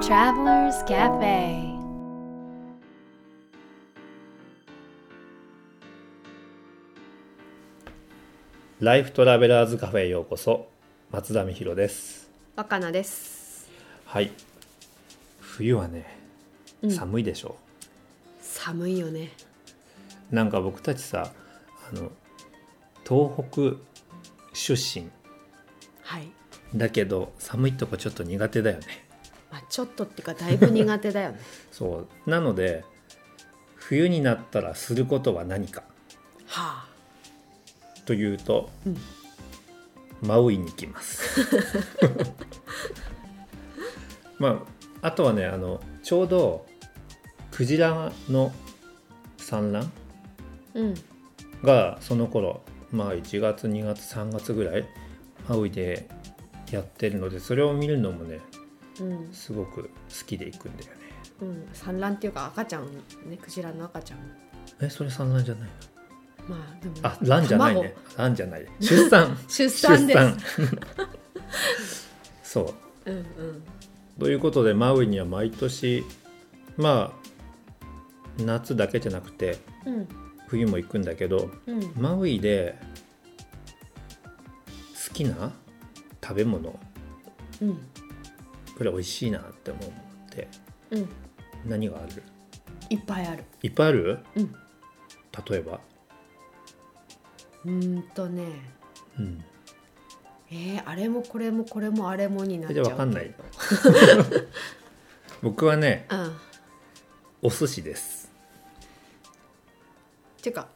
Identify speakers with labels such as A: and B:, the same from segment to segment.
A: Travelers Cafe
B: ライフトラベラーズカフェへようこそ松田美弘です
A: 若菜です
B: はい冬はね
A: うん
B: 寒いでしょ、
A: 寒いよね
B: なんか僕たちさあの東北出身
A: はい、
B: だけど寒いとこちょっと苦手だよね
A: まあ、ちょっとっていうかだいぶ苦手だ よね
B: そうなので冬になったらすることは何か
A: はあ
B: というと、
A: うん
B: マウイに行きます まああとはねあのちょうどクジラの産卵
A: うん
B: がその頃まあ1月2月3月ぐらいマウイでやってるのでそれを見るのもね
A: うん
B: すごく好きで行くんだよね
A: うん産卵っていうか赤ちゃんねクジラの赤ちゃん
B: えそれ産卵じゃない
A: まあでも
B: あ卵じゃないね卵じゃない出産
A: 卵出産です
B: そう
A: うんうん
B: ということでマウイには毎年まあ夏だけじゃなくて
A: うん
B: 冬も行くんだけど
A: うん
B: マウイで好きな食べ物こ
A: うん
B: れ美味しいなって思って
A: うん
B: 何がある
A: いっぱいある
B: いっぱいある、
A: うん
B: 例えば、
A: うーんとね
B: うん、
A: えー、あれもこれもこれもあれもになっち
B: じ
A: ゃ
B: ゃ
A: う
B: あ分かんない僕はね
A: うん
B: お寿司です
A: ていうか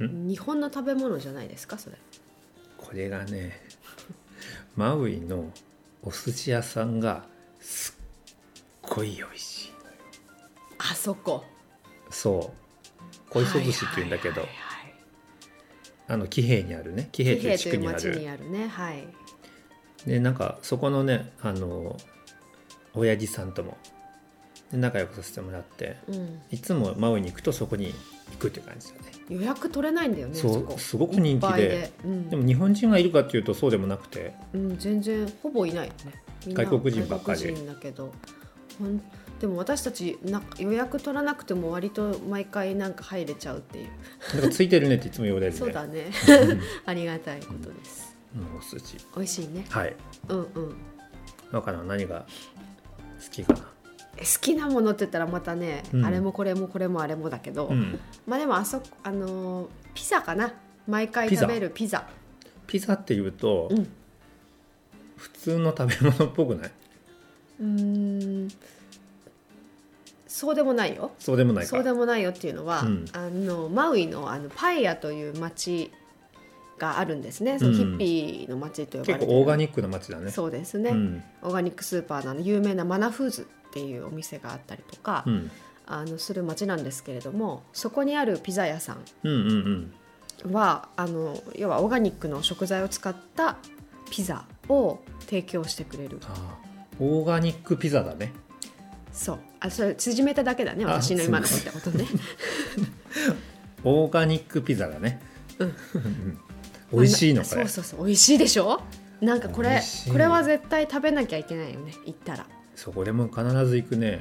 B: ん
A: 日本の食べ物じゃないですかそれ
B: これがね マウイのお寿司屋さんがすっごい美味しい
A: あそこ
B: そう小磯寿司っていうんだけど、あの喜平にあるね喜
A: キ
B: 平とい
A: ヘと
B: う地
A: い
B: 区
A: う
B: にあ
A: 町
B: る
A: にあるねはい
B: でなんかそこのねあの親父さんともで仲良くさせてもらって
A: うん
B: いつもマウイに行くとそこに行くって感じだね
A: 予約取れないんだよね
B: そう
A: こ
B: すごく人気で
A: いっぱいうん
B: でも日本人がいるかっていうとそうでもなくて
A: うん、全然ほぼいないよねみんな
B: 外国人ばっかり
A: 外国人だけどほんでも私たちなんか予約取らなくても割と毎回なんか入れちゃうっていう、
B: なんかついてるねっていつも言われるね
A: そうだ ねありがたいことです、
B: うんお寿司
A: 美味しいね
B: はい
A: うんうん
B: 若菜は何が好きかな
A: え好きなものって言ったらまたね、
B: うん
A: あれもこれもこれもあれもだけど、
B: うん
A: まあでもあそこあのーピザかな毎回
B: ピザ
A: 食べるピザ
B: ピザっていうと、
A: うん
B: 普通の食べ物っぽくないう
A: ーんそうでもないよ
B: そうでもないか
A: そうでもないよっていうのは、
B: うん
A: あのマウイのあのパエヤという町があるんですねその
B: うん
A: ヒッピーの町と呼ばれ
B: 結
A: てる、
B: 構オーガニックな街だね
A: そうですね、
B: うん
A: オーガニックスーパーのあの有名なマナフーズっていうお店があったりとか、
B: うん、
A: あのする町なんですけれどもそこにあるピザ屋さ
B: うんうんうん
A: んはあの要はオーガニックの食材を使ったピザを提供してくれる
B: あーオーガニックピザだね
A: そうあそれ縮めただけだね
B: あ
A: 私の今のことことね
B: オーガニックピザだね、
A: うん
B: ん、美味しいのこれ
A: そうそうそう美味しいでしょなんかこ
B: 美
A: れ
B: 味しい
A: これは絶対食べなきゃいけないよね行ったら
B: そうこれも必ず行くね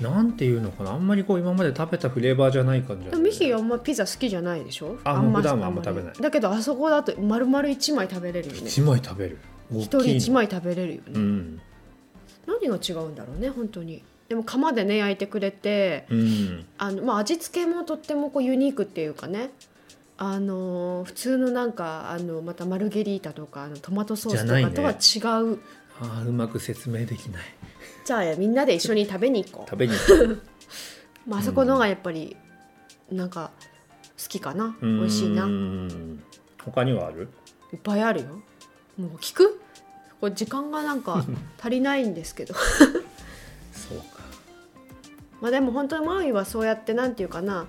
B: なんていうのかなあんまりこう今まで食べたフレーバーじゃない感じだ
A: で
B: ね
A: もミヒーあんまピザ好きじゃないでしょ
B: あ
A: ん
B: も
A: ま
B: う普段はあんま
A: り
B: 食べない
A: だけどあそこだと丸々1枚食べれるよね
B: 一枚食べる大
A: 一人
B: きいの
A: 1枚食べれるよ
B: う
A: ね、
B: ん
A: 何が違うんだろうね本当にでも釜でね焼いてくれて
B: うん
A: あの、まあ、味付けもとってもこうユニークっていうかねあのー普通のなんかあのまたマルゲリータとかあのトマトソース
B: じゃない
A: とかと
B: ね
A: は違う
B: あーうまく説明できない
A: じゃあみんなで一緒に食べに行こう
B: 食べに行く
A: まああそこのがやっぱりなんか好きかな、
B: う ん
A: 美味しいな
B: 他にはある
A: いっぱいあるよもう聞くこれ時間がなん か足りないんですけど
B: そうか
A: まあでも本当にマウイはそうやってなんていうかな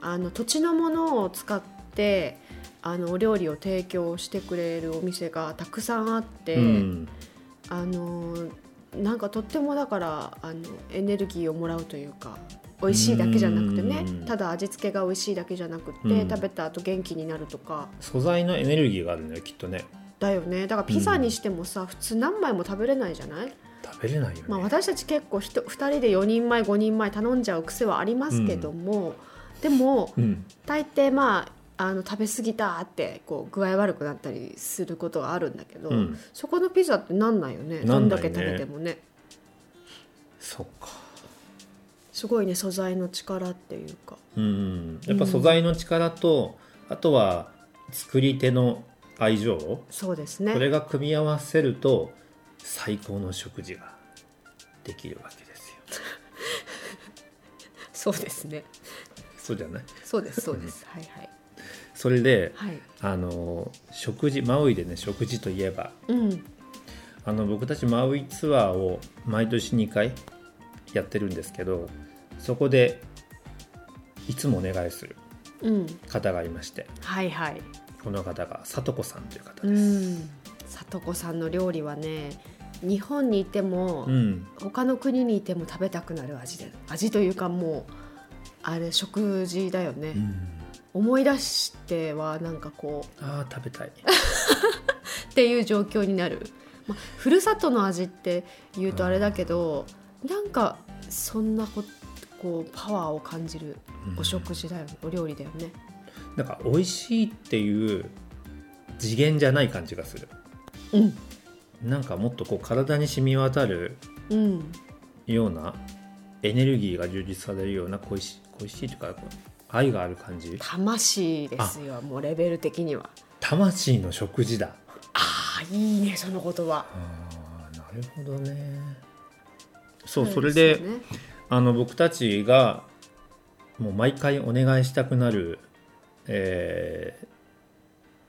A: あの土地のものを使ってあのお料理を提供してくれるお店がたくさんあって、
B: うん
A: あのなんかとってもだからあのエネルギーをもらうというか美味しいだけじゃなくてね
B: うん
A: ただ味付けが美味しいだけじゃなくて、
B: うん
A: 食べた後元気になるとか
B: 素材のエネルギーがあるねきっとね
A: だよねだからピザにしてもさ、普通何枚も食べれないじゃない
B: 食べれないよね、
A: まあ、私たち結構ひと2人で4人前5人前頼んじゃう癖はありますけども、でも
B: うん
A: 大抵まああの食べ過ぎたってこう具合悪くなったりすることがあるんだけど、
B: うん
A: そこのピザってなんないよね
B: な
A: ど
B: ん
A: ん
B: な
A: だ
B: い
A: け
B: ね
A: 食べてもね
B: そっか
A: すごいね素材の力っていうか
B: うんやっぱ素材の力と、あとは作り手の愛情こ
A: そうですね
B: れが組み合わせると最高の食事ができるわけですよ
A: そうですね
B: そうじゃない
A: そうですそうですはいはい
B: それで
A: はい
B: あの食事マウイでね食事といえば
A: うん
B: あの僕たちマウイツアーを毎年2回やってるんですけどそこでいつもお願いする
A: うん
B: 方がいまして
A: はいはい
B: この方がさとこさんという方
A: う
B: です。
A: んさとこさんの料理はね日本にいても、
B: うん、
A: 他の国にいても食べたくなる味で味というかもうあれ食事だよね、
B: うん、
A: 思い出してはなんかこう
B: あー食べたい。
A: っていう状況になる、まあ、ふるさとの味って言うとあれだけどなんかそんなここうパワーを感じるお食事だよね、お料理だよね
B: なんか美味しいっていう次元じゃない感じがする
A: うん
B: なんかもっとこう体に染み渡る
A: うん
B: ようなエネルギーが充実されるような恋し恋しいというか愛がある感じ
A: 魂ですよもうレベル的には
B: 魂の食事だ
A: あーいいねその言葉
B: あーなるほどねそう、
A: ん
B: それで
A: うね
B: あの僕たちがもう毎回お願いしたくなるえー、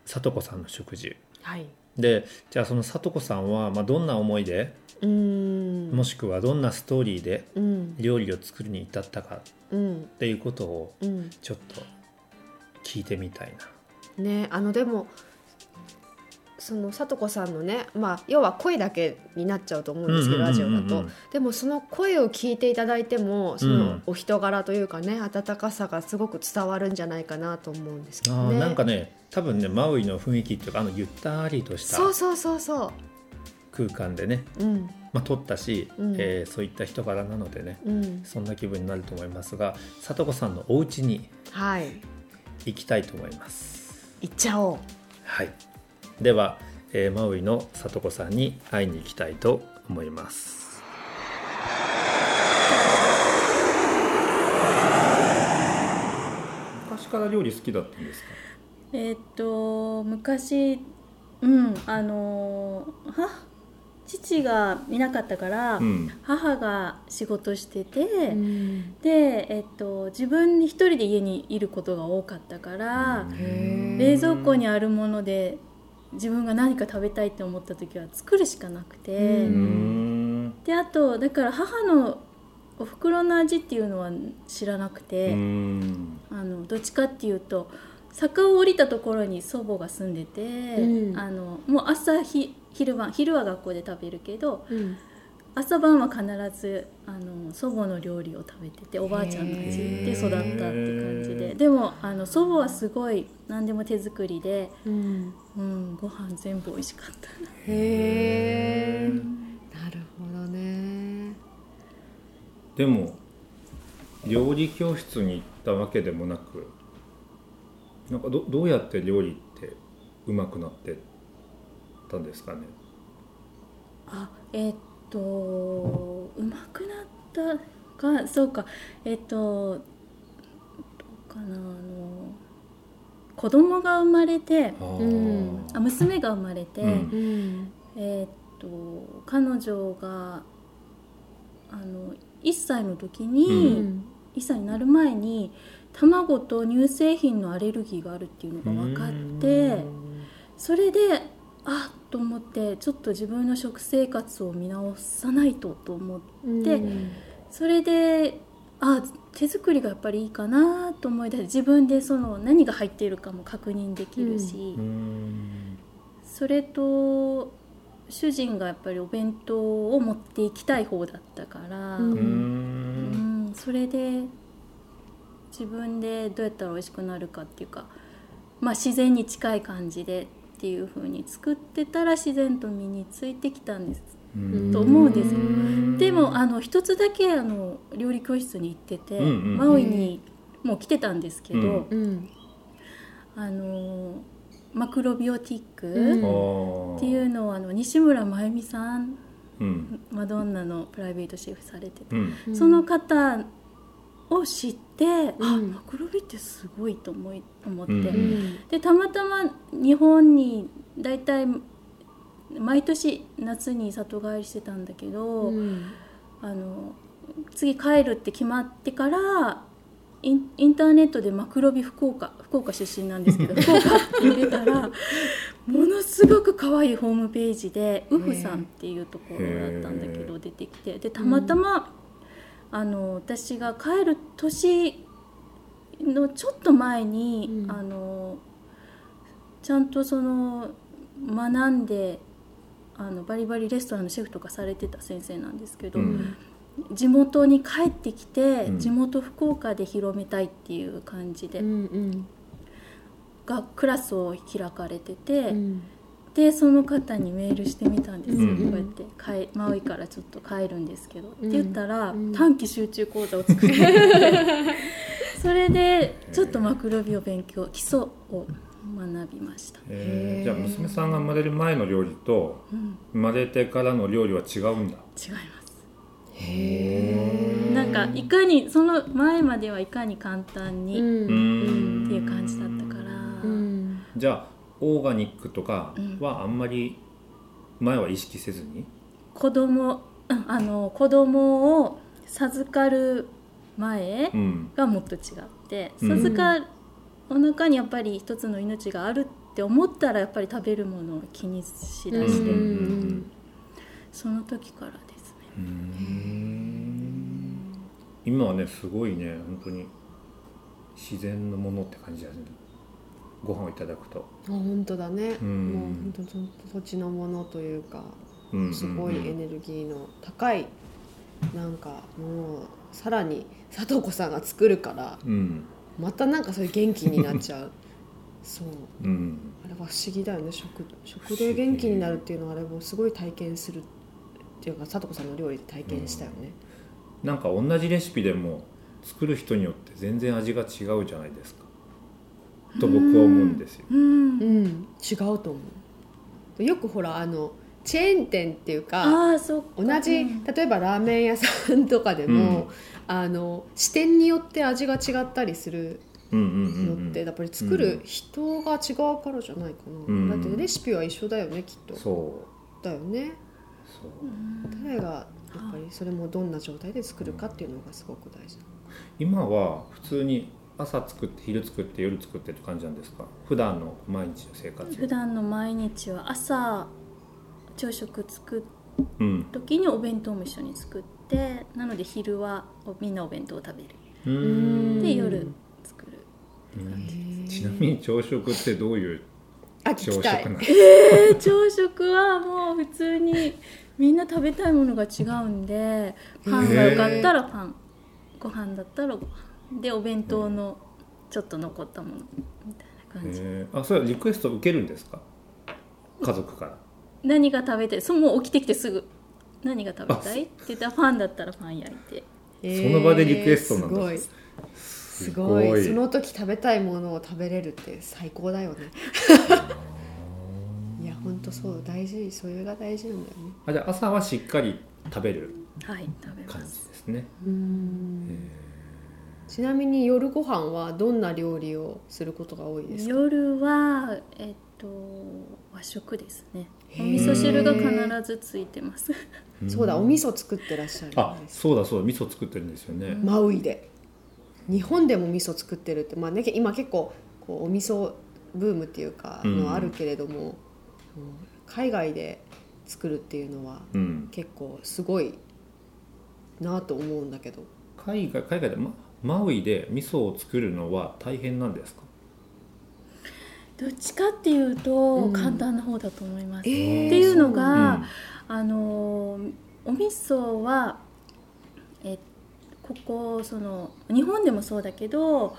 B: さとこさんの食事
A: はい
B: でじゃあそのさとこさんは、まあ、どんな思いで
A: うーん
B: もしくはどんなストーリーで
A: うん
B: 料理を作るに至ったか
A: うん
B: っていうことを
A: うん
B: ちょっと聞いてみたいな。
A: ねあのでもそのさとこさんのね、まあ、要は声だけになっちゃうと思うんですけどラジオだとでもその声を聞いていただいてもそうの
B: ん
A: お人柄というかね温かさがすごく伝わるんじゃないかなと思うんですけ
B: あ
A: ど
B: ー
A: ね。
B: なんかね多分ねマウイの雰囲気っていうかあのゆったりとした
A: そうそうそうそ
B: 空間でね、
A: う、うん
B: まあ、撮ったし、
A: うん
B: えーそういった人柄なのでね
A: うん、
B: そんな気分になると思いますがさとこさんのお家に
A: はい
B: 行きたいと思います。
A: 行っちゃおう
B: はい、では、えーマウイのさとこさんに会いに行きたいと思います。昔から料理好きだったんですか。
C: えーっと昔うんあのーは父がいなかったから、
B: ん、
C: 母が仕事してて、
A: うん
C: で、えっと、自分一人で家にいることが多かったから、
A: へー
C: 冷蔵庫にあるもので自分が何か食べたいって思った時は作るしかなくて、
A: う
B: うんん。
C: であとだから母のお袋の味っていうのは知らなくて。
B: うん。
C: あのどっちかっていうと坂を降りたところに祖母が住んでて、
A: うん
C: あのもう朝ひ昼晩昼は学校で食べるけど
A: うん
C: 朝晩は必ずあの祖母の料理を食べてておばあちゃんの味で育ったって感じ
B: へー
C: ででもあの祖母はすごい何でも手作りで、
A: うん、
C: うん、ご飯全部美味しかった。
A: へえなるほどね
B: でも料理教室に行ったわけでもなく、なんかどどうやって料理ってうまくなってったんですかね。
C: あえっとうまくなったかそうかえっとどうかなあの子供が生まれて
B: あー
A: うん
C: あ娘が生まれて、
B: うん
A: うん
C: えっと彼女があの1歳の時
A: う
C: に、
A: ん
C: 1歳になる前に卵と乳製品のアレルギーがあるっていうのが分かって。それであっと思ってちょっと自分の食生活を見直さないとと思ってで
A: うん
C: それであ手作りがやっぱりいいかなと思い出して自分でその何が入っているかも確認できるし、
B: うん
C: それと主人がやっぱりお弁当を持っていきたい方だったから、
A: う
B: うんー
C: うんんそれで自分でどうやったら美味しくなるかっていうか、まあ、自然に近い感じでっていう風に作ってたら自然と身についてきたんです
B: うん
C: と思うんですよ
B: うん
C: でもあの一つだけあの料理教室に行ってて、
B: うんうん
C: マウイにもう来てたんですけど、
B: うん
A: うん
C: あのマクロビオティッ
A: うん
B: あ
C: ク
B: あ
C: っていうのをあの西村真由美さん
B: うん
C: マドンナのプライベートシェフされてて、
B: うん
A: うん
C: その方を知って、あ
A: うん
C: マクロビってすごいと思い思って、
B: うんう
A: うんん
C: でたまたま日本に大体毎年夏に里帰りしてたんだけど、
A: うん
C: あの次帰るって決まってからインインターネットでマクロビ福岡福岡出身なんですけど福岡って入れたらものすごく可愛いホームページでウフさんっていうところだったんだけ
B: へ
C: ど
B: ー
C: 出てきてでたまたま、あの私が帰る年のちょっと前に、
A: うん
C: あのちゃんとその学んであのバリバリレストランのシェフとかされてた先生なんですけど、
B: うん
C: 地元に帰ってきて、
B: うん
C: 地元福岡で広めたいっていう感じで、
A: うんうん
C: がクラスを開かれてて、
A: うん
C: でその方にメールしてみたんです
B: う
C: よ、
B: ん
C: こうやってかい「マウイからちょっと帰るんですけど」
A: うん
C: って言ったら、
A: うん
C: 短期集中講座を作ってくれ てそれでちょっとマクロビを勉強基礎を学びました。
A: へ
B: えー
A: ー
B: じゃあ娘さんが生まれる前の料理と
C: うん
B: 生まれてからの料理は違うんだ
C: 違います
A: へ
C: なんかいかにその前まではいかに簡単
A: え
C: に、
B: うん
C: っていう感じだったから、
A: うん
B: じゃあオーガニックとかはあんまり前は意識せずに、
C: 子供うんあの子供を授かる前
B: うん
C: がもっと違って
B: うん
C: 授かる、お腹にやっぱり一つの命があるって思ったらやっぱり食べるものを気にしだ
B: う
C: し
B: ん
C: て、
B: うん
C: その時からです
B: う
C: ね
B: んうん今はねすごいね本当に自然のものって感じだねご飯をいただくと、
A: あ本当だね、
B: うん
A: もう本当その土地のものというか
B: うんうんうん
A: すごいエネルギーの高いなんかもうさらに聡子さんが作るから
B: うん
A: またなんかそういう元気になっちゃうそう
B: うん
A: あれは不思議だよね食食で元気になるっていうのはあれもすごい体験するっていうか聡子さんの料理で体験したよね、
B: なんか同じレシピでも作る人によって全然味が違うじゃないですかと僕は思うんですよ。
C: うん、
A: うん違うと思うよくほらあのチェーン店っていうか
C: ああそうか
A: 同
C: う
A: じ
C: ん
A: 例えばラーメン屋さんとかでも、あの視点によって味が違ったりする
B: うんうんう
A: のって、
B: んうん
A: やっぱり作る人が違うからじゃないかな、
B: うん
A: だってレシピは一緒だよねきっと
B: そう
A: だよね
B: そう
A: 誰がやっぱりそれもどんな状態で作るかっていうのがすごく大事
B: 今は普通に朝作って昼作って夜作ってって感じなんですか普段の毎日の生活
C: 普段の毎日は朝朝食作っ
B: うん
C: 時にお弁当も一緒に作ってなので昼はおみんなお弁当を食べる
B: う
A: うん
B: ん
C: で夜作る
B: うん
A: へー
B: ちなみに朝食ってどういう
A: あ聞
B: 朝
A: き
B: 食
A: た
B: ないの
C: で朝食はもう普通にみんな食べたいものが違うんでパンがよかったらパンご飯だったらご飯でお弁当のちょっと残ったものみたいな感じ
B: えーあそれはリクエスト受けるんですか家族から
C: 何が食べたいそうもう起きてきてすぐ何が食べたいって言ったらパンだったらパン焼いて
A: えー
B: その場でリクエストなんだ
A: すごい
B: す
A: すごいその時食べたいものを食べれるって最高だよね いやほんとそう大事それが大事なんだよね
B: あじゃあ朝はしっかり食べる
C: はい食べ
B: 感
C: ま
B: じ
C: す
B: ですね
A: うんちなみに夜ご飯はどんな料理をすることが多いですか
C: 夜はえっと和食ですね
A: へ
C: お
A: ー
C: 味噌汁が必ずついてます
A: そうだお味噌作ってらっしゃる
B: あ
A: んです
B: そうだそうだ味噌作ってるんですよね
A: マウイで日本でも味噌作ってるって、まあね、今結構こうお味噌ブームっていうか
B: うん
A: のあるけれども、うん海外で作るっていうのは
B: うん
A: 結構すごいなと思うんだけど
B: 海外海外でママウイで味噌を作るのは大変なんですか
C: どっちかっていうと
A: うん
C: 簡単な方だと思います、
A: えー
C: っていうの
B: う
C: が
B: ん、
C: あのお味噌はえここその日本でもそうだけど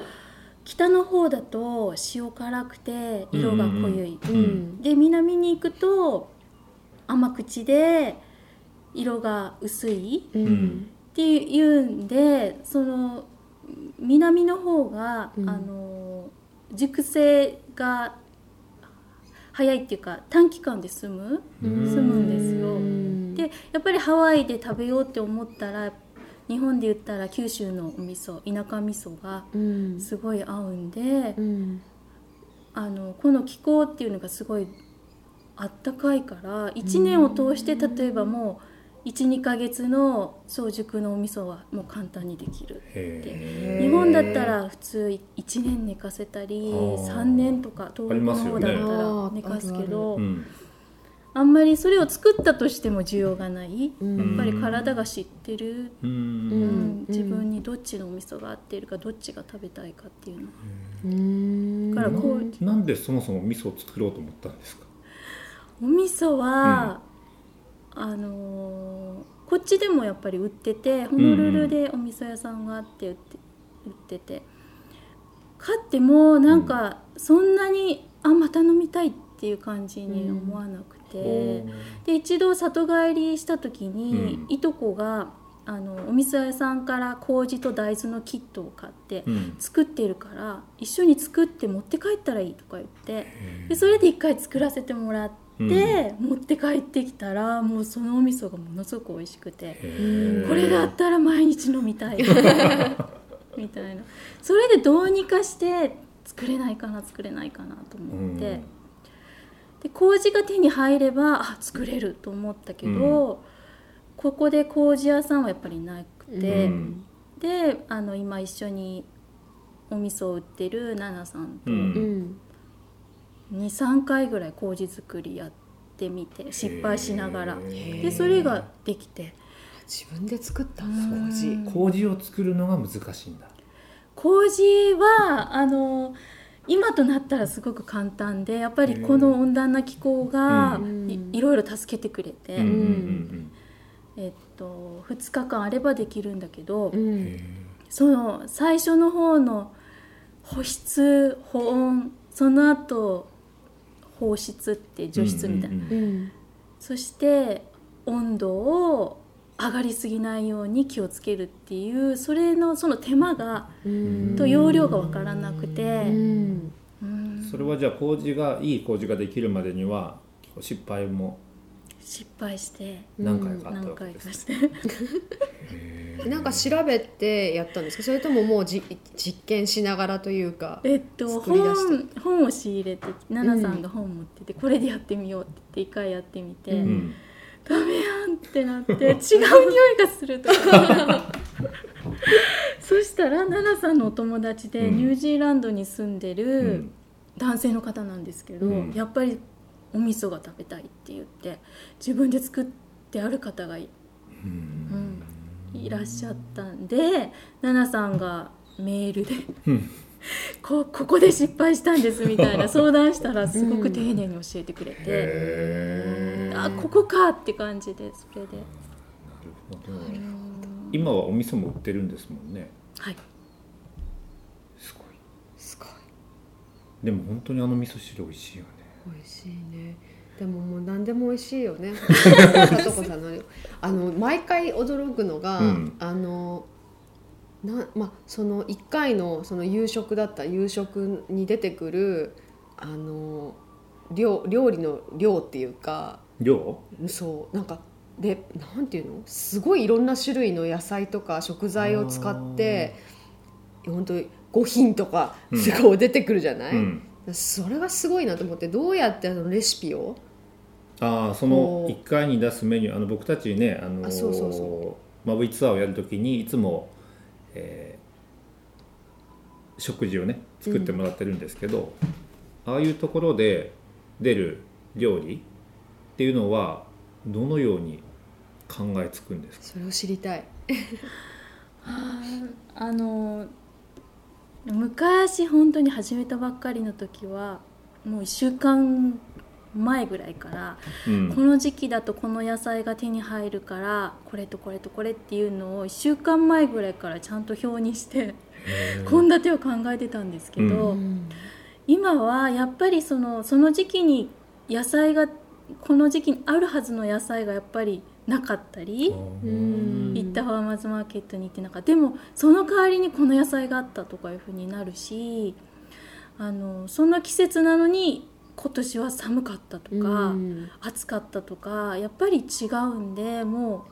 C: 北の方だと塩辛くて色が
B: うんうんう
C: 濃い、
B: ん
A: うん
C: で南に行くと甘口で色が薄い
A: うんん
C: っていうんでその南の方が、
A: うん
C: あの熟成が早いっていうか短期間で済む
B: うん
C: 済むんですよ
A: うん
C: でやっぱりハワイで食べようって思ったら日本で言ったら九州のお味噌田舎味噌が
A: うん
C: すごい合うんで、
A: うん
C: あのこの気候っていうのがすごいあったかいから1年を通して例えばもう12ヶ月の早熟のお味噌はもう簡単にできる
B: へー
C: 日本だったら普通1年寝かせたり
B: あー
C: 3年とか東北の方だ
B: あ
C: っ
B: り
C: たら
A: ますよね
C: 寝かすけ
A: あ
C: ど
B: う
C: あ
B: ん
C: んまりそれを作ったとしても需要がない
A: うん
C: やっぱり体が知ってる、
B: う
C: うん
B: ん
A: うん
C: 自分にどっちのお味噌が合ってるかどっちが食べたいかっていうの
A: うん
C: だからこう
B: なんでそもそも味噌を作ろうと思ったんですか
C: お味噌は、あのーこっちでもやっぱり売っててホノルルでお味噌屋さんがあって売って売ってて買ってもなんかそんなに、あまた飲みたいっていう感じに思わなくて、で一度里帰りした時に、
B: うん
C: いとこがあのお味噌屋さんから麹と大豆のキットを買って、
B: うん
C: 作ってるから一緒に作って持って帰ったらいいとか言って。でそれで一回作らせてもらって、持って帰ってきたらもうそのお味噌がものすごく美味しくて、
B: へー
C: これだったら毎日飲み たいみたいなそれでどうにかして作れないかな作れないかなと思って、で麹が手に入ればあ作れると思ったけど、ここで麹屋さんはやっぱりなくて、
B: うん
C: であの今一緒にお味噌を売ってる奈々さんと。
B: うん
A: うん
C: 23回ぐらい麹作りやってみて失敗しながら
B: へー
C: でそれができて
A: 自分で作った
C: うん
A: 麹
B: 麹を作るのが難しいんだ
C: 麹はあの今となったらすごく簡単でやっぱりこの温暖な気候が
A: うん
C: い,、ろいろ助けてくれて、
B: うんうん
C: えっと、2日間あればできるんだけど、
A: う
B: うんうん
A: ん
B: へ
C: その最初の方の保湿保温その後放湿って
B: ー
C: 除湿みたいな、
B: うんうん
A: う
B: うん
A: ん
C: そして温度を上がりすぎないように気をつけるっていうそれのその手間が
A: うん
C: と容量が分からなくて
A: う、ん
C: うん
B: それはじゃあ麹がいい麹ができるまでには結構失敗も
C: 失敗して
B: 何回かあった
C: 何
B: わけ
C: 回
B: で
C: かし
B: す
C: て
B: ね
A: なんか調べてやったんですかそれとももうじ実験しながらというか
C: えっと
A: 作り出して
C: 本本を仕入れて奈々さんが本持ってて、これでやってみようって言って一回やってみて、
A: う
B: うんん
C: ダメやんってなって違う匂いがするとか そしたら奈々さんのお友達で
B: うん
C: ニュージーランドに住んでる、
B: うん
C: 男性の方なんですけど、
B: うん
C: やっぱりお味噌が食べたいって言って自分で作ってある方がい,、うんいらっしゃったんで奈々さんがメールで
B: うん
C: こ「ここで失敗したんです」みたい な相談したらすごく丁寧に教えてくれて、
B: へー
C: あここかって感じでそれで、
B: なるほど今はお味噌も売ってるんですもんね
C: はい、
B: すごい
A: すごい
B: でも本当にあの味噌汁美味しいよね
A: 美味しいねでももう何でも美味しいよ ねさとこさんのあの毎回驚くのが、
B: うん
A: あのなまあその1回のその夕食だった夕食に出てくるあの料料理の量っていうか
B: 量
A: そうなんかでなんていうのすごいいろんな種類の野菜とか食材を使って本当5品とか
B: うん
A: すごい出てくるじゃない、
B: うん
A: それがすごいなと思ってどうやってあのレシピを
B: ああそ
A: こ
B: の
A: う
B: 1回に出すメニューあの僕たちねあの
A: あそうそうそ
B: マブイツアーをやるときにいつも、えー食事をね作ってもらってるんですけど、ああいうところで出る料理っていうのはどのように考えつくんですか
A: それを知りたい
C: あの昔本当に始めたばっかりの時はもう1週間前ぐらいから、
B: うん
C: この時期だとこの野菜が手に入るからこれとこれとこれっていうのを1週間前ぐらいからちゃんと表にして献立、を考えてたんですけど、
B: う
C: 今はやっぱりそのその時期に野菜がこの時期にあるはずの野菜がやっぱりなかったり、
A: うん
C: 行ったファーマーズマーケットに行ってなんかでもその代わりにこの野菜があったとかいうふうになるしあのそんな季節なのに今年は寒かったとか、
A: うん
C: 暑かったとかやっぱり違うんでも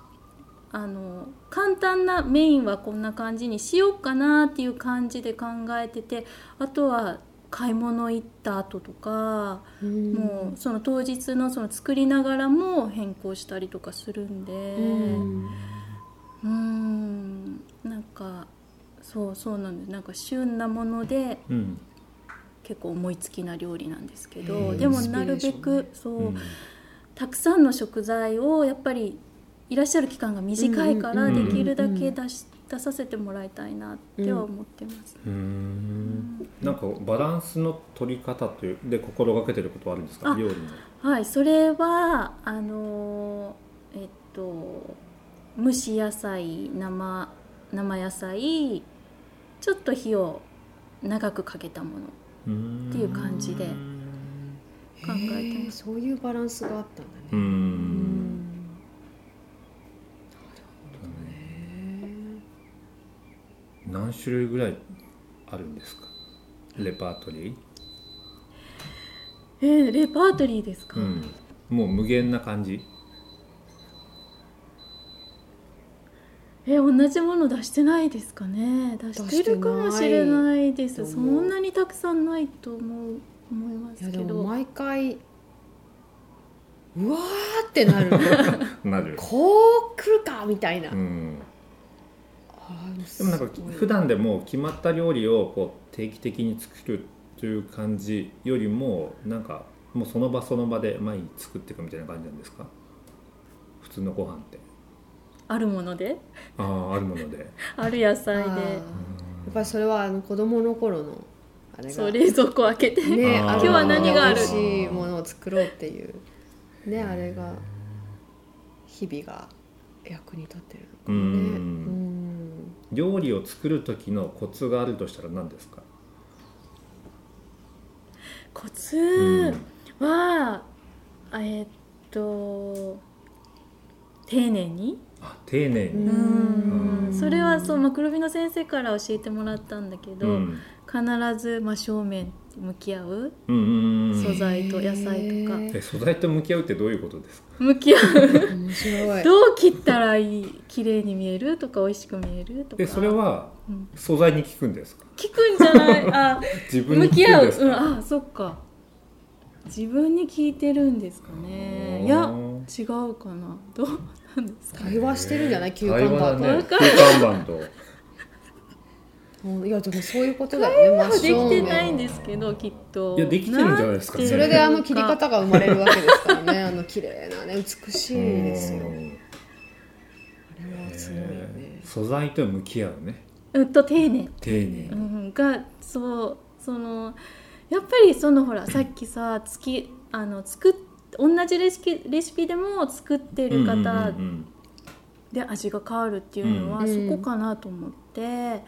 C: うあの簡単なメインはこんな感じにしようかなっていう感じで考えててあとは買い物行った後とか、
A: うん
C: もうその当日のその作りながらも変更したりとかするんで。
A: うん
C: うーんなんかそうそうなんですなんか旬なもので
B: うん
C: 結構思いつきな料理なんですけ
A: へ
C: ど
A: ー
C: でもなるべ
A: インスピレーション
C: く
A: ね
C: そう、
B: うん
C: たくさんの食材をやっぱりいらっしゃる期間が短いか
A: うん
C: ら
B: うんうんう
C: で
B: ん
C: きるだけ出し出させてもらいたいなっては思ってます、
B: うーんなんかバランスの取り方というで心がけてることはあるんですか
C: あ
B: 料理の
C: はいそれはあのーえっと蒸し野菜生生野菜ちょっと火を長くかけたもの
B: うん
C: っていう感じで考えて
A: へ
C: ま
A: ーそういうバランスがあったんだね
B: う
A: うんんへ
B: 何種類ぐらいあるんですかレパートリー
C: えー、レパートリーですか、
B: うん、もう無限な感じ
C: えー同じもの出してないですかね出してるかもしれないで
A: 出
C: す
A: して
C: そ
A: ないと思うん
C: なにたくさんないと思う思いま
A: ーいや
C: すけ
A: でも
C: ど
A: 毎回うわーって なるなんか
B: なる
A: こう来るかみたいな、
B: うん、
A: あー
B: でもなんか
A: すごい
B: 普段でもう決まった料理をこう定期的に作るという感じよりもなんかもうその場その場で毎日作っていくみたいな感じなんですか普通のご飯って
C: あるもので
B: あああるもので
C: ある野
A: あー
C: 菜
A: や
C: で
A: っぱりそれはあの子供の頃のあれが
C: そう冷蔵庫開けて
A: ね、
B: あー
A: あれ
B: 今日は
C: 何がある
A: 美味しいものを作ろうっていうねあれが日々が役に立ってるのかもね
B: う
A: うんん
B: 料理を作る時のコツがあるとしたら何ですか、
C: コ
B: う
C: ツ
B: ん
C: は、あえーっと丁寧に
B: あ丁寧に、
A: う
B: ーん
C: それはそうマクロビの先生から教えてもらったんだけど、
B: うん
C: 必ず真正面向き合う
B: うんうんうん
C: 素材と野菜とか
A: へー
B: え素材と向き合うってどういうことですか
C: 向き合う
A: 面白い
C: どう切ったらいい綺麗に見えるとか美味しく見えるとか
B: えそれは
C: うん
B: 素材に聞くんですか
C: 聞くんじゃないあ
B: 自分に
C: 向
B: 聞
C: き
B: く
C: 合
B: ん
C: う、
B: ですか、
C: うん、あそっか自分に聞いてるんですかねいや違うかなどうなんですか
A: 対話してるんじゃない休
B: 対
A: 館
B: 話だ
A: 版
B: ね
C: 休
B: 休館版と
A: うんいやでもそういうことだよね真
C: で
A: 正
C: きてないん
A: 面
C: ですけどきっと
B: いやできてるんじゃないですかね
C: んて
A: それであの切り方が生まれるわけですからねあの綺麗なね美しいですよ
B: うん
A: あれはすごいよね
B: 素材と向き合うね
C: うんと丁寧
B: 丁寧に
C: うん、がそうそのやっぱりそのほらさっきさ月あの作っ同じレシピレシピでも作ってる方
B: うんうんうん
C: で味が変わるっていうのは
A: うん
C: そこかなと思って、うん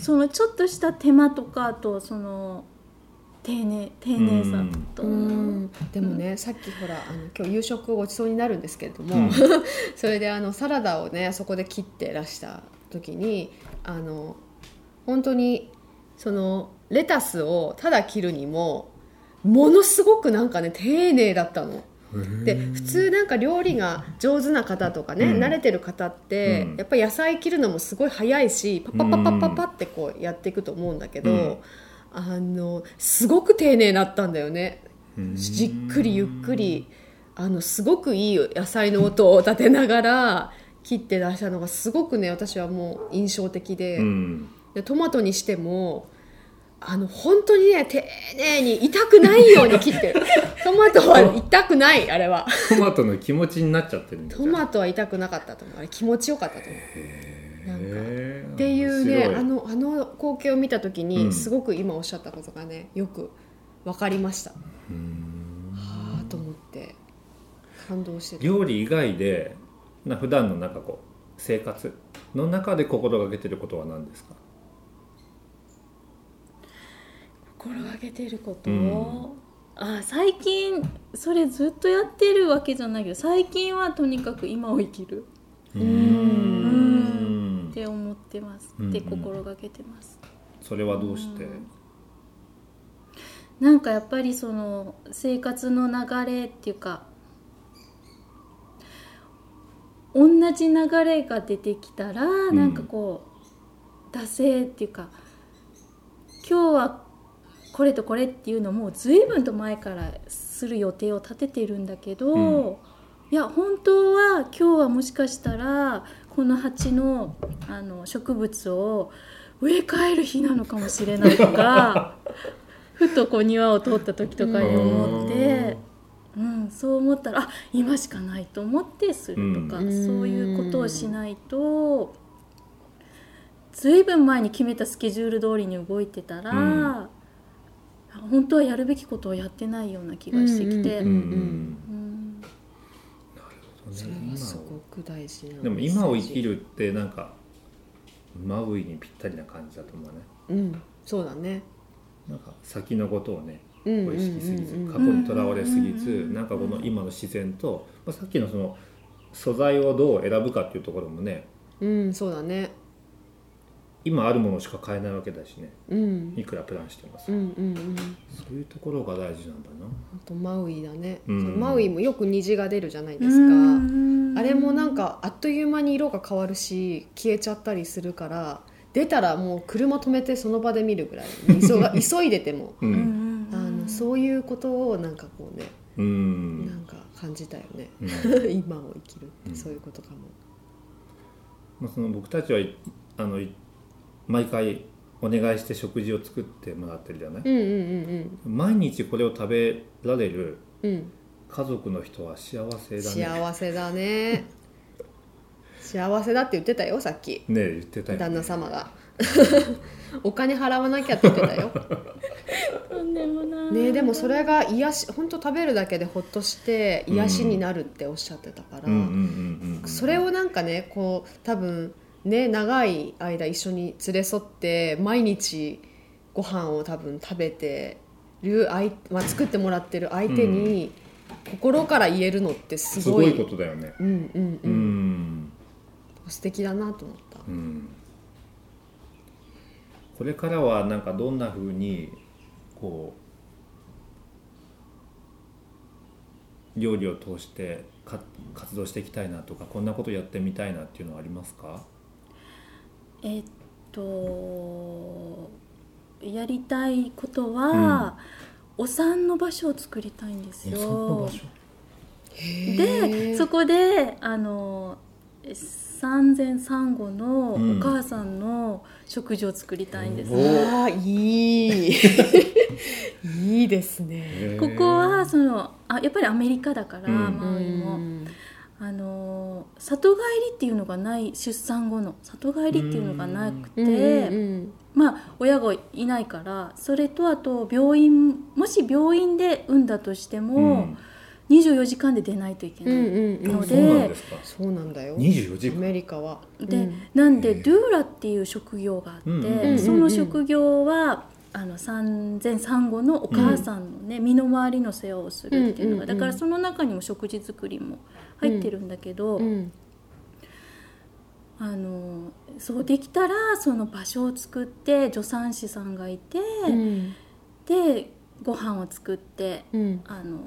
C: そのちょっとした手間とかあとその丁寧丁寧さと、
A: うんでもね、さっきほらあの今日夕食ごちそうになるんですけれども、
B: うん
A: それであのサラダをねそこで切ってらした時にあの本当にそのレタスをただ切るにもものすごくなんかね丁寧だったの。
B: うん
A: で普通なんか料理が上手な方とかね、
B: うん
A: 慣れてる方って、
B: うん
A: やっぱり野菜切るのもすごい早いしパッパッパッパッパッパッってこうやっていくと思うんだけど、
B: うん
A: あのすごく丁寧だったんだよね
B: うん
A: じっくりゆっくりあのすごくいい野菜の音を立てながら切って出したのがすごくね私はもう印象的で,、
B: うん
A: でトマトにしてもあの本当にね丁寧に痛くないように切 ってるトマトは痛くないあれは
B: トマトの気持ちになっちゃってるんだ
A: トマトは痛くなかったと思うあれ気持ちよかったと思うなんか
B: へー
A: っていうね
B: 面白い
A: あのあの光景を見た時
B: う
A: に
B: ん
A: すごく今おっしゃったことがねよく分かりました、
B: うん
A: はあと思って感動してた
B: 料理以外でな普段のなんかこう生活の中で心がけてることは何ですか
C: 心がけてること、
B: うん
C: あ最近それずっとやってるわけじゃないけど最近はとにかく今を生きる
B: うー
C: っ
B: ん
C: て思ってます、
B: うんうん
C: って心がけてます
B: それはどうして
C: なんかやっぱりその生活の流れっていうか同じ流れが出てきたら、
B: ん
C: なんかこう惰性っていうか今日はこれとこれっていうのも随分と前からする予定を立ててるんだけど、
B: うん
C: いや本当は今日はもしかしたらこの鉢のあの植物を植え替える日なのかもしれないとかふとこう庭を通った時とかに思って、うんそう思ったらあ今しかないと思ってするとか、
A: うん
C: そういうことをしないとずいぶん前に決めたスケジュール通りに動いてたら、
B: うん
C: 本当はやるべきことをやってないような気がしてきて。
A: うう
B: うんんうんん
C: うん
A: それはすごく大事な
B: でも今を生きるってなんかマウイにぴったりな感じだと思わない
A: うんそうだね
B: なんか先のことをね
A: うんうん
B: こう意識しすぎず過去
A: うん
B: にとらわれすぎ
C: うんうんうん
B: ず
C: うん
B: なんかこの今の自然と、まあ、さっきのその素材をどう選ぶかっていうところもね
A: うん、うん、そうだね
B: 今あるものしか買えないわけだしね
A: うん
B: いくらプランしてもさ、
A: うんうんうん
B: そういうところが大事なんだな
A: あとマウイだね、
B: うん
A: そのマウイもよく虹が出るじゃないですか、
C: うん
A: あれもなんかあっという間に色が変わるし消えちゃったりするから出たらもう車止めてその場で見るぐらい急 が急いでても
B: うん、
C: うん
A: あのそういうことをなんかこうね、
B: う
A: なんんか感じたよね
B: うん
A: 今を生きるってそういうことかも、
B: まあ、その僕たちはいあのい毎回お願いして食事を作ってもらってるじゃない、
A: うん、うんうん
B: 毎日これを食べられる
A: うんうん
B: 家族の人は幸せだね
A: 幸せだね幸せだって言ってたよさっき
B: ねえ言ってたよね
A: 旦那様が お金払わなきゃって言ってたよ
C: とんでもない
A: ね、でもそれが癒し本当食べるだけでほっとして癒しになるっておっしゃってたから、
B: うんうんうんうんうん
A: それをなんかねこう多分ね長い間一緒に連れ添って毎日ご飯を多分食べてる相、まあ、作ってもらってる相手に心から言えるのってす
B: す
A: ご
B: ご
A: い
B: いことだよね
A: うんうんう、
B: うんん、
A: 素敵だなと思った
B: うん、これからはなんかどんなふうにこう料理を通してか活動していきたいなとかこんなことやってみたいなっていうのはありますか
C: えっとやりたいことは、お産の場所を作りたいんですよ。でそ
A: こ
C: こであの産前産後のお
B: うん
C: 母さんの食事を作りたいんです。
B: お
A: あー いい いいですね
B: へー
C: ここはそのあやっぱりアメリカだから、
B: うん
C: マウイも。あの里帰りっていうのがない出産後の里帰りっていうのがなくて、
A: うんうんうん
C: まあ親がいないからそれとあと病院もし病院で産んだとしても、24時間で出ないといけない、
A: うんうん
B: うん
A: うん、
C: ので
B: そうなんですか
A: そうなんだよ
B: 24時
A: ア
B: 間
A: メリカは
C: で、
A: うん
C: なんで
B: へえ
C: ドゥーラっていう職業があって、
B: うんうん
C: その職業はあの産前産後のお母さんのね、身の回りの世話をするってい
A: う
C: うのが、
A: んうんうん
C: だからその中にも食事作りも入ってるんだけど、
A: うん
C: あのそうできたらその場所を作って助産師さんがいて、
A: うん
C: でご飯を作って
A: うん
C: あの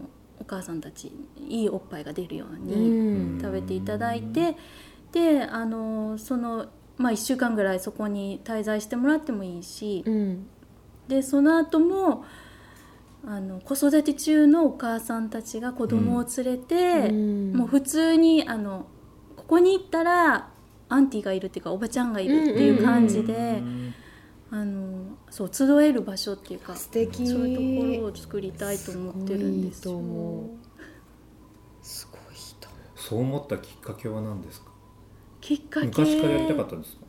C: お母さんたちにいいおっぱいが出るよう
A: う
C: に
A: ん
C: 食べていただいて、であのその、まあ、1週間ぐらいそこに滞在してもらってもいいし、
A: うん
C: でその後もあの子育て中のお母さんたちが子供を連れて、
A: うん
C: もう普通にあのここに行ったらアンティがいるっていうかおばちゃんがいるっていう感じで、
B: うん
C: あのそう集える場所っていうか
A: 素敵
C: そういうところを作りたいと思ってるんです
A: すごいと
C: よ。
A: 思すごい人
B: そう思ったきっかけは何ですか
C: きっかけ
B: 昔からやりたかったんですか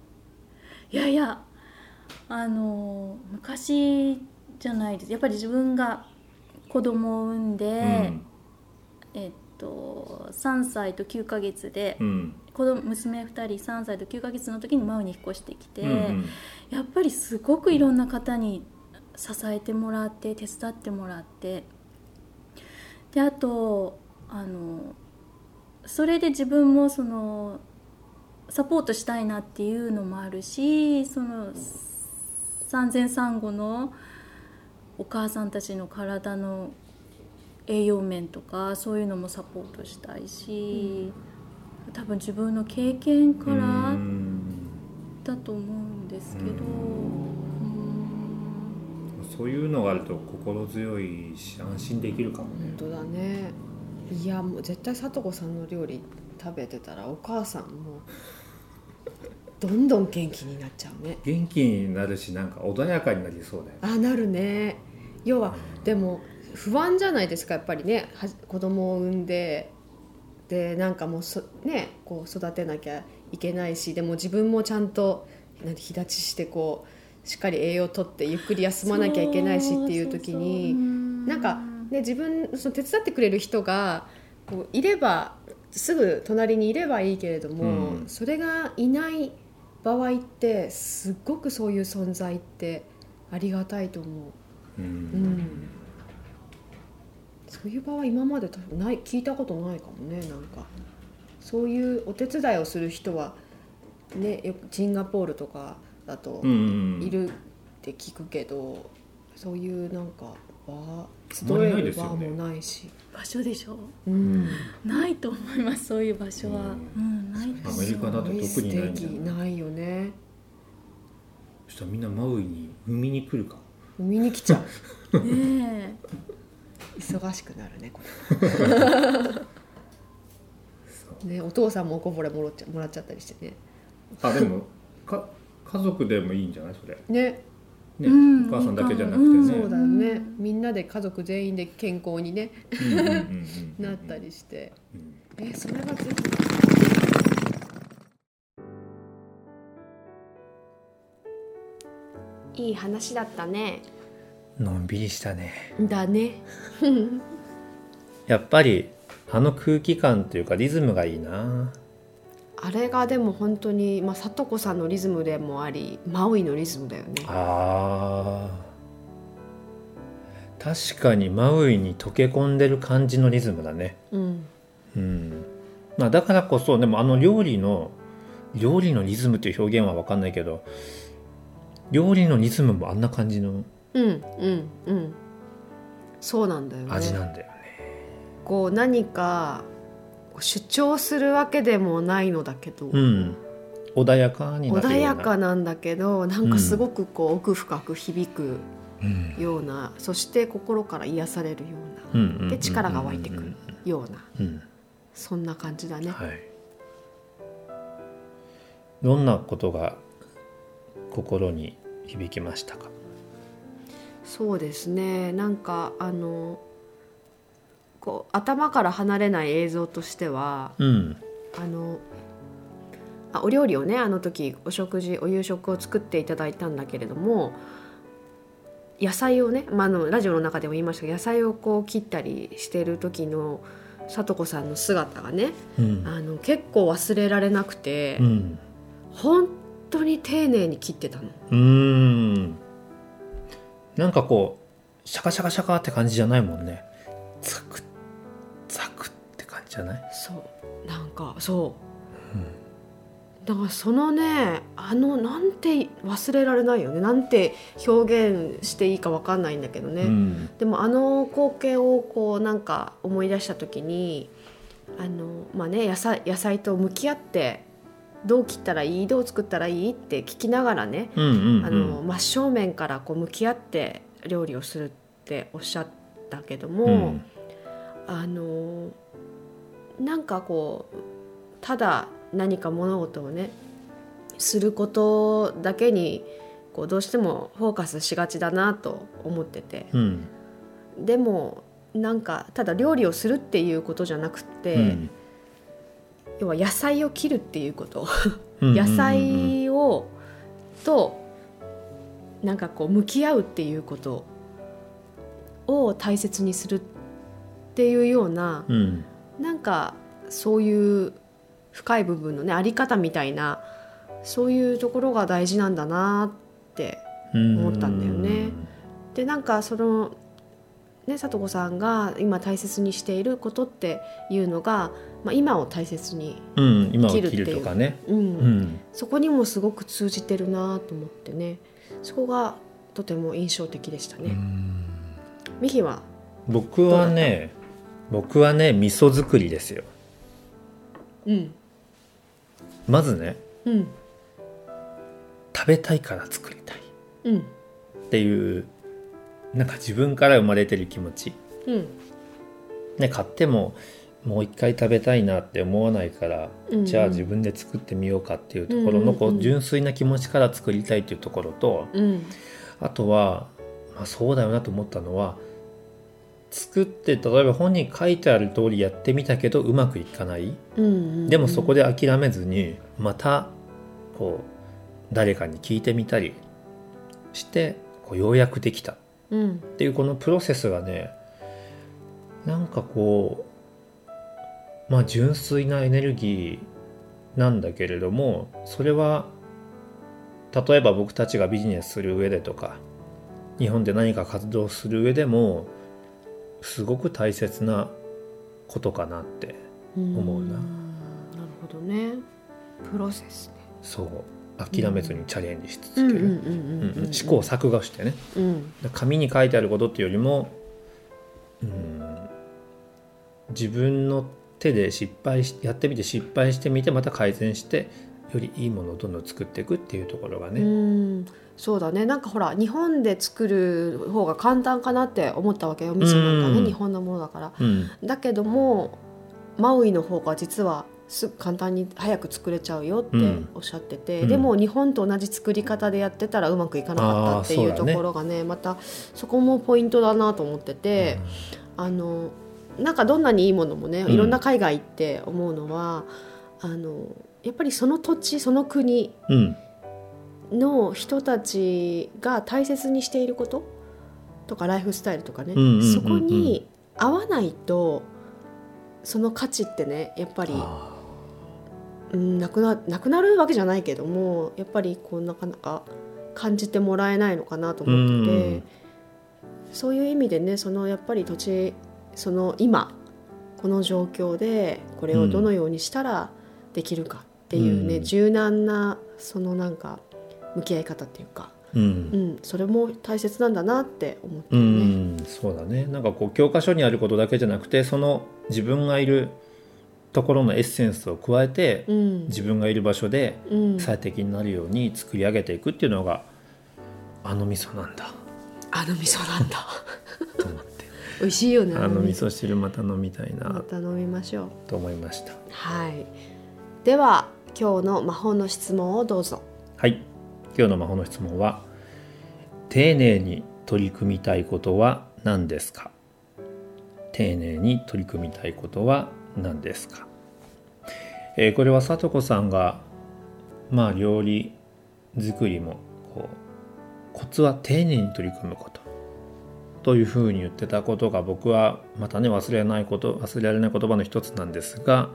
C: いやいやあの昔じゃないですやっぱり自分が子供を産んで、えっと3歳と9ヶ月で、
B: うん
C: 子供娘2人3歳と9ヶ月の時にマウに引っ越してきて、
B: うんうん
C: やっぱりすごくいろんな方に支えてもらって手伝ってもらってであとあのそれで自分もそのサポートしたいなっていうのもあるしその産前産後のお母さんたちの体の栄養面とかそういうのもサポートしたいし、多分自分の経験か
B: う
C: ら
B: ん
C: だと思うんですけど。
B: うん
C: うん
B: そういうのがあると心強いし安心できるかもね
A: 本当だねいやもう絶対聡子さんの料理食べてたらお母さんもどんどん元気になっちゃうね
B: 元気になるしなんか穏やかになりそうだよ
A: あなるね要はでも不安じゃないですかやっぱりねは子供を産んででなんかもうそねこう育てなきゃいけないしでも自分もちゃんとなんて日立ちしてこうしっかり栄養とってゆっくり休まなきゃいけないしっていう時に。な
C: な
A: んか、ね、自分その手伝ってくれる人がこういればすぐ隣にいればいいけれども、
B: うん
A: それがいない場合ってすっごくそういう存在ってありがたいと思う
B: うん、
A: んそういう場合今まで多分ない聞いたことないかもねなんかそういうお手伝いをする人は、ね、よくシンガポールとかだと
B: うんうん
A: いるって聞くけど、そういうなんか場集
B: まり
A: え
B: ないで
A: る
B: すよ
A: 場
B: ね
A: もないし
C: 場所でしょ
A: うん
C: ないと思いますそういう場所は、
B: う
C: うんないと思
B: アメリカだと特にないんじ
A: す
B: ゃ
A: ご
B: ない
A: 素敵ないよね
B: そしたらみんなマウイに産みに来るか
A: 見に来ちゃう
C: う ねえ
A: 忙しくなるねこ
B: そう
A: れねお父さんもおこぼれもらっちゃもらっちゃったりしてね
B: あでもか家族でもいいんじゃないそれ、
A: ね
B: ね
C: うん
B: お母さんだけじゃなく
C: いい
B: て
C: か
A: そ
B: ね
A: う
C: も
A: だよね、
C: うん
A: みんなで家族全員で健康にね
B: うんうんうんうんうん
A: なったりして、
B: うん
A: えそれはぜひいい話だったね
D: のんびりしたね
A: だね
D: やっぱりあの空気感というかリズムがいいな
A: あれがでも本当にまあ聡子さんのリズムでもありマウイのリズムだよね
D: あー確かにマウイに溶け込んでる感じのリズムだね
A: うん
D: うんまあだからこそでもあの料理の料理のリズムという表現は分かんないけど料理のリズムもあんな感じの
A: うんうんうんそうなんだよね
D: 味なんだよね
A: こう何かこう主張するわけでもないのだけど、
D: うん穏やかになって
A: 穏
D: るような
A: やかなんだけどなんかすごくこう奥深く響く
D: うん
A: ような、そして心から癒されるよ
D: う
A: うん
D: うんう
A: な、
D: んうんうん
A: で力が湧いてくるような
D: うん
A: そんな感じだね、
D: はい、どんなことが心に響きましたか、
A: そうですねなんかあのこう頭から離れない映像としては
D: うん、
A: あのあお料理をねあの時お食事お夕食を作っていただいたんだけれども野菜をね、まあ、あのラジオの中でも言いましたけど野菜をこう切ったりしてる時の聡子さんの姿がね
D: うん
A: あの結構忘れられなくて、
D: うん
A: 本当に丁寧に切ってたの。
D: うんなんかこうシャカシャカシャカって感じじゃないもんねザクッザクッって感じじゃない
A: そうなんかそう、だからそのねあのなんて忘れられないよねなんて表現していいかわかんないんだけどね、
D: うん
A: でもあの光景をこうなんか思い出した時にあの、まあね、野菜野菜と向き合ってどう切ったらいいどう作ったらいいって聞きながらね、
D: うんうん
A: あの真正面からこう向き合って料理をするっておっしゃったけども、
D: うんうん
A: あのなんかこうただ何か物事をねすることだけにこうどうしてもフォーカスしがちだなと思ってて。
D: うん
A: でもなんかただ料理をするっていうことじゃなくて、
D: うん
A: 要は野菜を切るっていうこと、
D: うん
A: 野菜をとなんかこう向き合うっていうことを大切にするっていうような、
D: うん
A: なんかそういう深い部分のねあり方みたいなそういうところが大事なんだなって
D: うん
A: 思ったんだよねでなんかそのね、さとこさんが今大切にしていることっていうのが、まあ、今を大切に、
B: うん、今を
A: 生きるっ
B: 切
A: ていう
B: るとかね、
A: うん
B: うん、
A: そこにもすごく通じてるなと思ってねそこがとても印象的でした
B: う
A: ね。
B: ん
A: ミヒは
B: 僕はね僕はね味噌作りですよ
A: うん
B: まずね
A: うん
B: 食べたいから作りたいっ
A: うん
B: ていうなんか自分から生まれてる気持ち
A: うん
B: ね、買ってももう一回食べたいなって思わないから、
A: うんうん
B: じゃあ自分で作ってみようかっていうところの、こ
A: うんうんう
B: うん純粋な気持ちから作りたいっていうところと
A: うん
B: あとは、まあ、そうだよなと思ったのは作って例えば本に書いてある通りやってみたけどうまくいかない
A: うん
B: でもそこで諦めずにまたこう誰かに聞いてみたりしてこうようやくできた
A: うん
B: っていうこのプロセスがねなんかこうまあ純粋なエネルギーなんだけれどもそれは例えば僕たちがビジネスする上でとか日本で何か活動する上でもすごく大切なことかなって思うな
A: なるほどねプロセスね
B: そう諦めずにチャレンジし
A: うん
B: 続
A: うん
B: ける
A: うん
B: うん
A: うん
B: うん試行錯誤してね
A: うん
B: 紙に書いてあることっていうよりも、うん、自分の手で失敗しやってみて失敗してみてまた改善してよりいいものをどんどん作っていくっていうところが
A: う
B: ね、
A: んそうだねなんかほら日本で作る方が簡単かなって思ったわけよ味噌なんか
B: う
A: ね
B: ん
A: 日本のものだから
B: うん
A: だけどもマウイの方が実はすぐ簡単に早く作れちゃうよって
B: うん
A: おっしゃってて、
B: うん
A: でも日本と同じ作り方でやってたらうまくいかなかったってい
B: あ
A: う
B: ー
A: と
B: そうだね
A: ころがねまたそこもポイントだなと思ってて、あのなんかどんなにいいものもね
B: ん
A: いろんな海外行って思うのは、あのやっぱりその土地その国
B: うん
A: の人たちが大切にしていることとかライフスタイルとかね、
B: うんうんうんうん
A: そこに合わないとその価値ってねやっぱり、
B: あ
A: うん、なくななくなるわけじゃないけどもやっぱりこうなかなか感じてもらえないのかなと
B: ーう
A: 思ってて、
B: ん
A: そういう意味でねそのやっぱり土地その今この状況でこれをどのようにしたらできるかっていうね、
B: うん
A: 柔軟なそのなんか向き合い方っていうか。
B: う
A: うんん、それも大切なんだなって思って
B: う
A: るね。
B: ん、そうだねなんかこう教科書にあることだけじゃなくてその自分がいるところのエッセンスを加えて、
A: うん、
B: 自分がいる場所で
A: うん、
B: 最適になるように作り上げていくっていうのがあの味噌なんだ
A: あの味噌なん だ。
B: と思って。
A: 美味しいよね。
B: あの味噌汁また飲みたい
A: ま
B: な
A: た飲みましょう。
B: と思いました。
A: はい。では今日の魔法の質問をどうぞ。
B: はい、今日の魔法の質問は丁寧に取り組みたいことは何ですか？丁寧に取り組みたいことは何ですか？えーこれはさとこさんがまあ料理作りもこうコツは丁寧に取り組むこと。というふうに言ってたことが僕はまたね忘れないこと忘れられない言葉の一つなんですが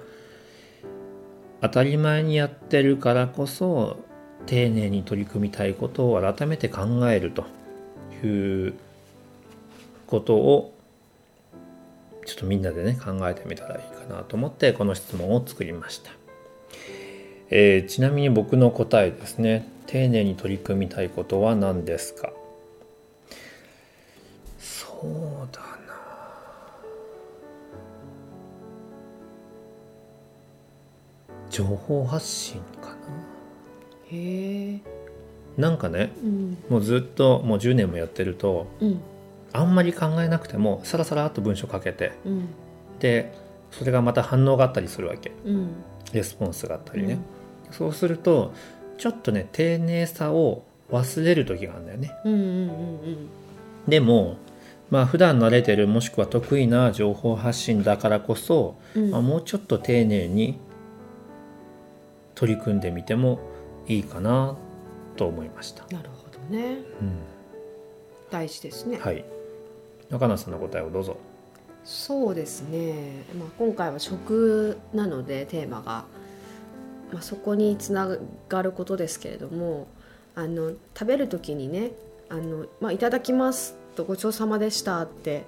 B: 当たり前にやってるからこそ丁寧に取り組みたいことを改めて考えるということをちょっとみんなでね考えてみたらいいかなと思ってこの質問を作りました、えーちなみに僕の答えですね丁寧に取り組みたいことは何ですかそうだな情報発信か
A: へえ。
B: ななんかね
A: うん
B: もうずっともう10年もやってると
A: うん
B: あんまり考えなくてもさらさらっと文章書けて
A: うん
B: でそれがまた反応があったりするわけ
A: うん
B: レスポンスがあったりね、そうするとちょっとね丁寧さを忘れる時があるんだよね
A: うんうんうんうん
B: でもまあ普段慣れてるもしくは得意な情報発信だからこそ、
A: うん
B: まあ、もうちょっと丁寧に取り組んでみてもいいかなと思いました、
A: なるほどね。
B: うん
A: 大事ですね。
B: はい中野さんの答えをどうぞ
A: そうですね、まあ、今回は食なのでテーマが、まあ、そこにつながることですけれどもあの食べる時にねあの、まあ「いただきます」と「ごちそうさまでした」って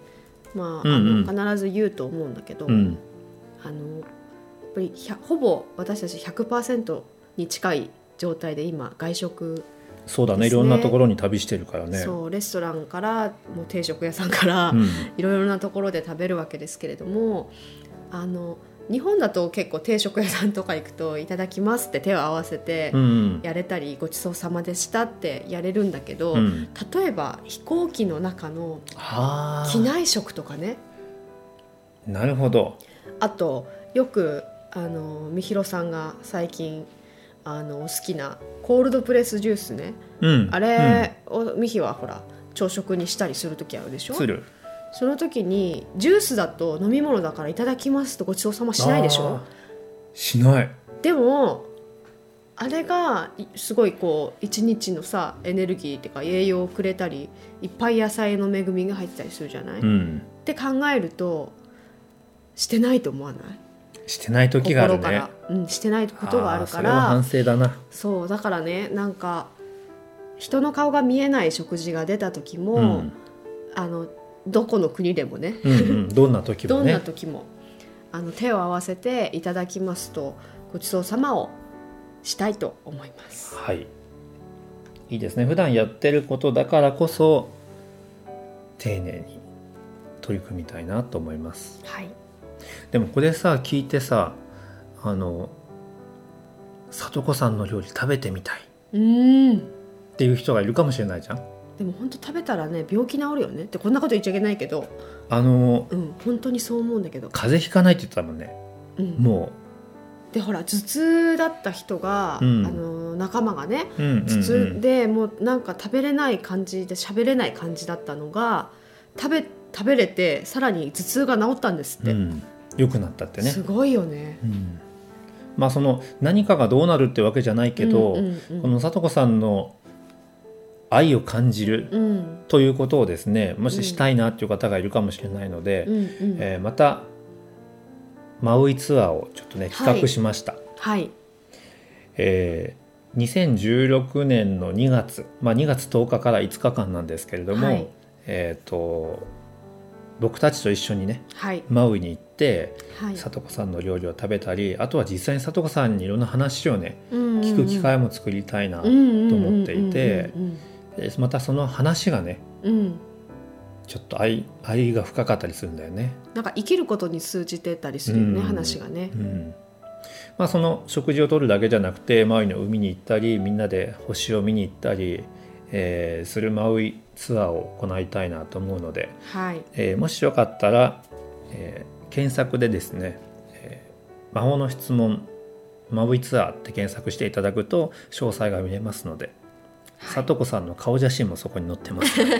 A: まあ,、
B: うん
A: あの必ず言うと思うんだけど、
B: うん
A: あのやっぱりひゃほぼ私たち100%に近い状態で今外食、
B: そうだね
A: で
B: い
A: すね
B: ろんなところに旅してるからね
A: そうレストランからもう定食屋さんから、
B: うん
A: いろいろなところで食べるわけですけれどもあの日本だと結構定食屋さんとか行くと「いただきます」って手を合わせて
B: うん
A: やれたり「ごちそうさまでした」ってやれるんだけど、
B: うん
A: 例えば飛行機の中の
B: あ
A: 機内食とかね
B: ーなるほど
A: あとよくあのみひろさんが最近あの好きなコールドプレスジュースね
B: うん
A: あれをみひはほら朝食にしたりする時あるでし
B: う
A: ょ
B: んする
A: その時にジュースだと飲み物だからいただきますとごちそうさましないでしょ
B: あーしない
A: でもあれがいすごいこう一日のさエネルギーっていうか栄養をくれたりいっぱい野菜の恵みが入ってたりするじゃない、
B: う
A: っ
B: ん
A: て考えるとしてないと思わない
B: してない時があるね
A: 心から、うん、してないことがある
B: ーそ
A: か
B: れは
A: ら
B: 反省だな
A: そうだからねなんか人の顔が見えない食事が出た時も、
B: うん
A: あのどこの国でもね
B: うんうんどんな時も
A: どんな
B: ね
A: 時もあの手を合わせていただきますとごちそうさまをしたいと思います。
B: はいいいですね普段やってることだからこそ丁寧に取り組みたいなと思います
A: はい、
B: でもこれさ聞いてさあの里子さんの料理食べてみたいっ
A: うーん
B: ていう人がいるかもしれないじゃん
A: でも本当食べたらね病気治るよねってこんなこと言っちゃいけないけど、
B: あの
A: うん、本当にそう思うんだけど、
B: 風邪ひかないって言ってたもんね
A: うん、
B: も
A: でほら頭痛だった人が、
B: うん
A: あの仲間がね
B: う,、うんうんうん
A: 頭痛でもうなんか食べれない感じで喋れない感じだったのが食べ食べれてさらに頭痛が治ったんですっ
B: う
A: て、
B: ん、良くなったってね
A: す、ごいよね。
B: うん、まあその何かがどうなるってわけじゃないけど、
A: うんうんうん
B: この里子さんの愛を感じる
A: うん
B: ということをですねも
A: うん
B: ししたいなっていう方がいるかもしれないので、
A: うんうん
B: えーまたマウイツアーをちょっとね企
A: は
B: 画
A: い
B: しました、
A: はい、
B: えー2016年の2月、まあ、2月10日から5日間なんですけれども、
A: はい
B: えっ、と僕たちと一緒にね
A: はい、
B: マウイに行って
A: はい、
B: 里子さんの料理を食べたりあとは実際に里子さんにいろんな話をね
A: 聞
B: 聞く機会も作りたいな、
A: と
B: 思っていて
A: うん
B: えーまたその話がね
A: うんうんうんうん
B: ちょっと愛愛が深かったりするんだよね。
A: なんか生きることに通じてたりするよね、
B: うん
A: 話がね
B: う。んまあ、その食事をとるだけじゃなくてマウイの海に行ったりみんなで星を見に行ったり、えーするマウイツアーを行いたいなと思うので、
A: はい、
B: えーもしよかったら、えー検索でですね「えー魔法の質問マウイツアー」って検索していただくと詳細が見えますので、
A: はい、
B: 里子さんの顔写真もそこに載ってますので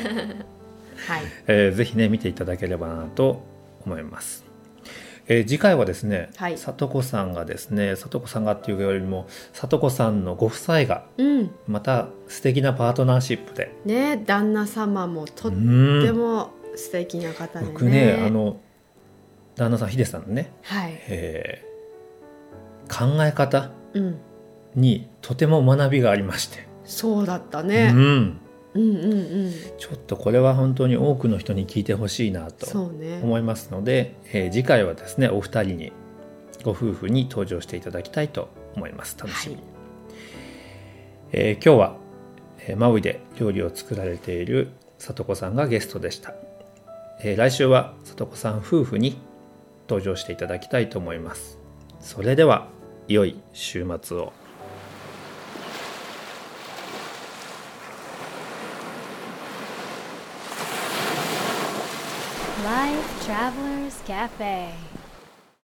A: はい、
B: えーぜひね見ていただければなと思います。えー次回はですね、
A: はい
B: 里子さんがですね里子さんがっていうよりも里子さんのご夫妻が
A: うん、
B: また素敵なパートナーシップで
A: ね、旦那様もとっ
B: う
A: て
B: ん
A: も素敵な方でね。
B: 僕ねあの旦那さんヒデさんのね、
A: はい、
B: えー考え方
A: うん、
B: にとても学びがありまして、
A: そうだった
B: う
A: ね。
B: ん、
A: うん、うん、うん、
B: ちょっとこれは本当に多くの人に聞いてほしいなと
A: そうね。
B: 思いますので、えー次回はですねお二人にご夫婦に登場していただきたいと思います楽しみに、
A: は
B: えー今日は、えーマウイで料理を作られている里子さんがゲストでした、えー来週は里子さん夫婦に登場していただきたいと思いますそれでは良い週末を
C: い。Life Travelers Cafe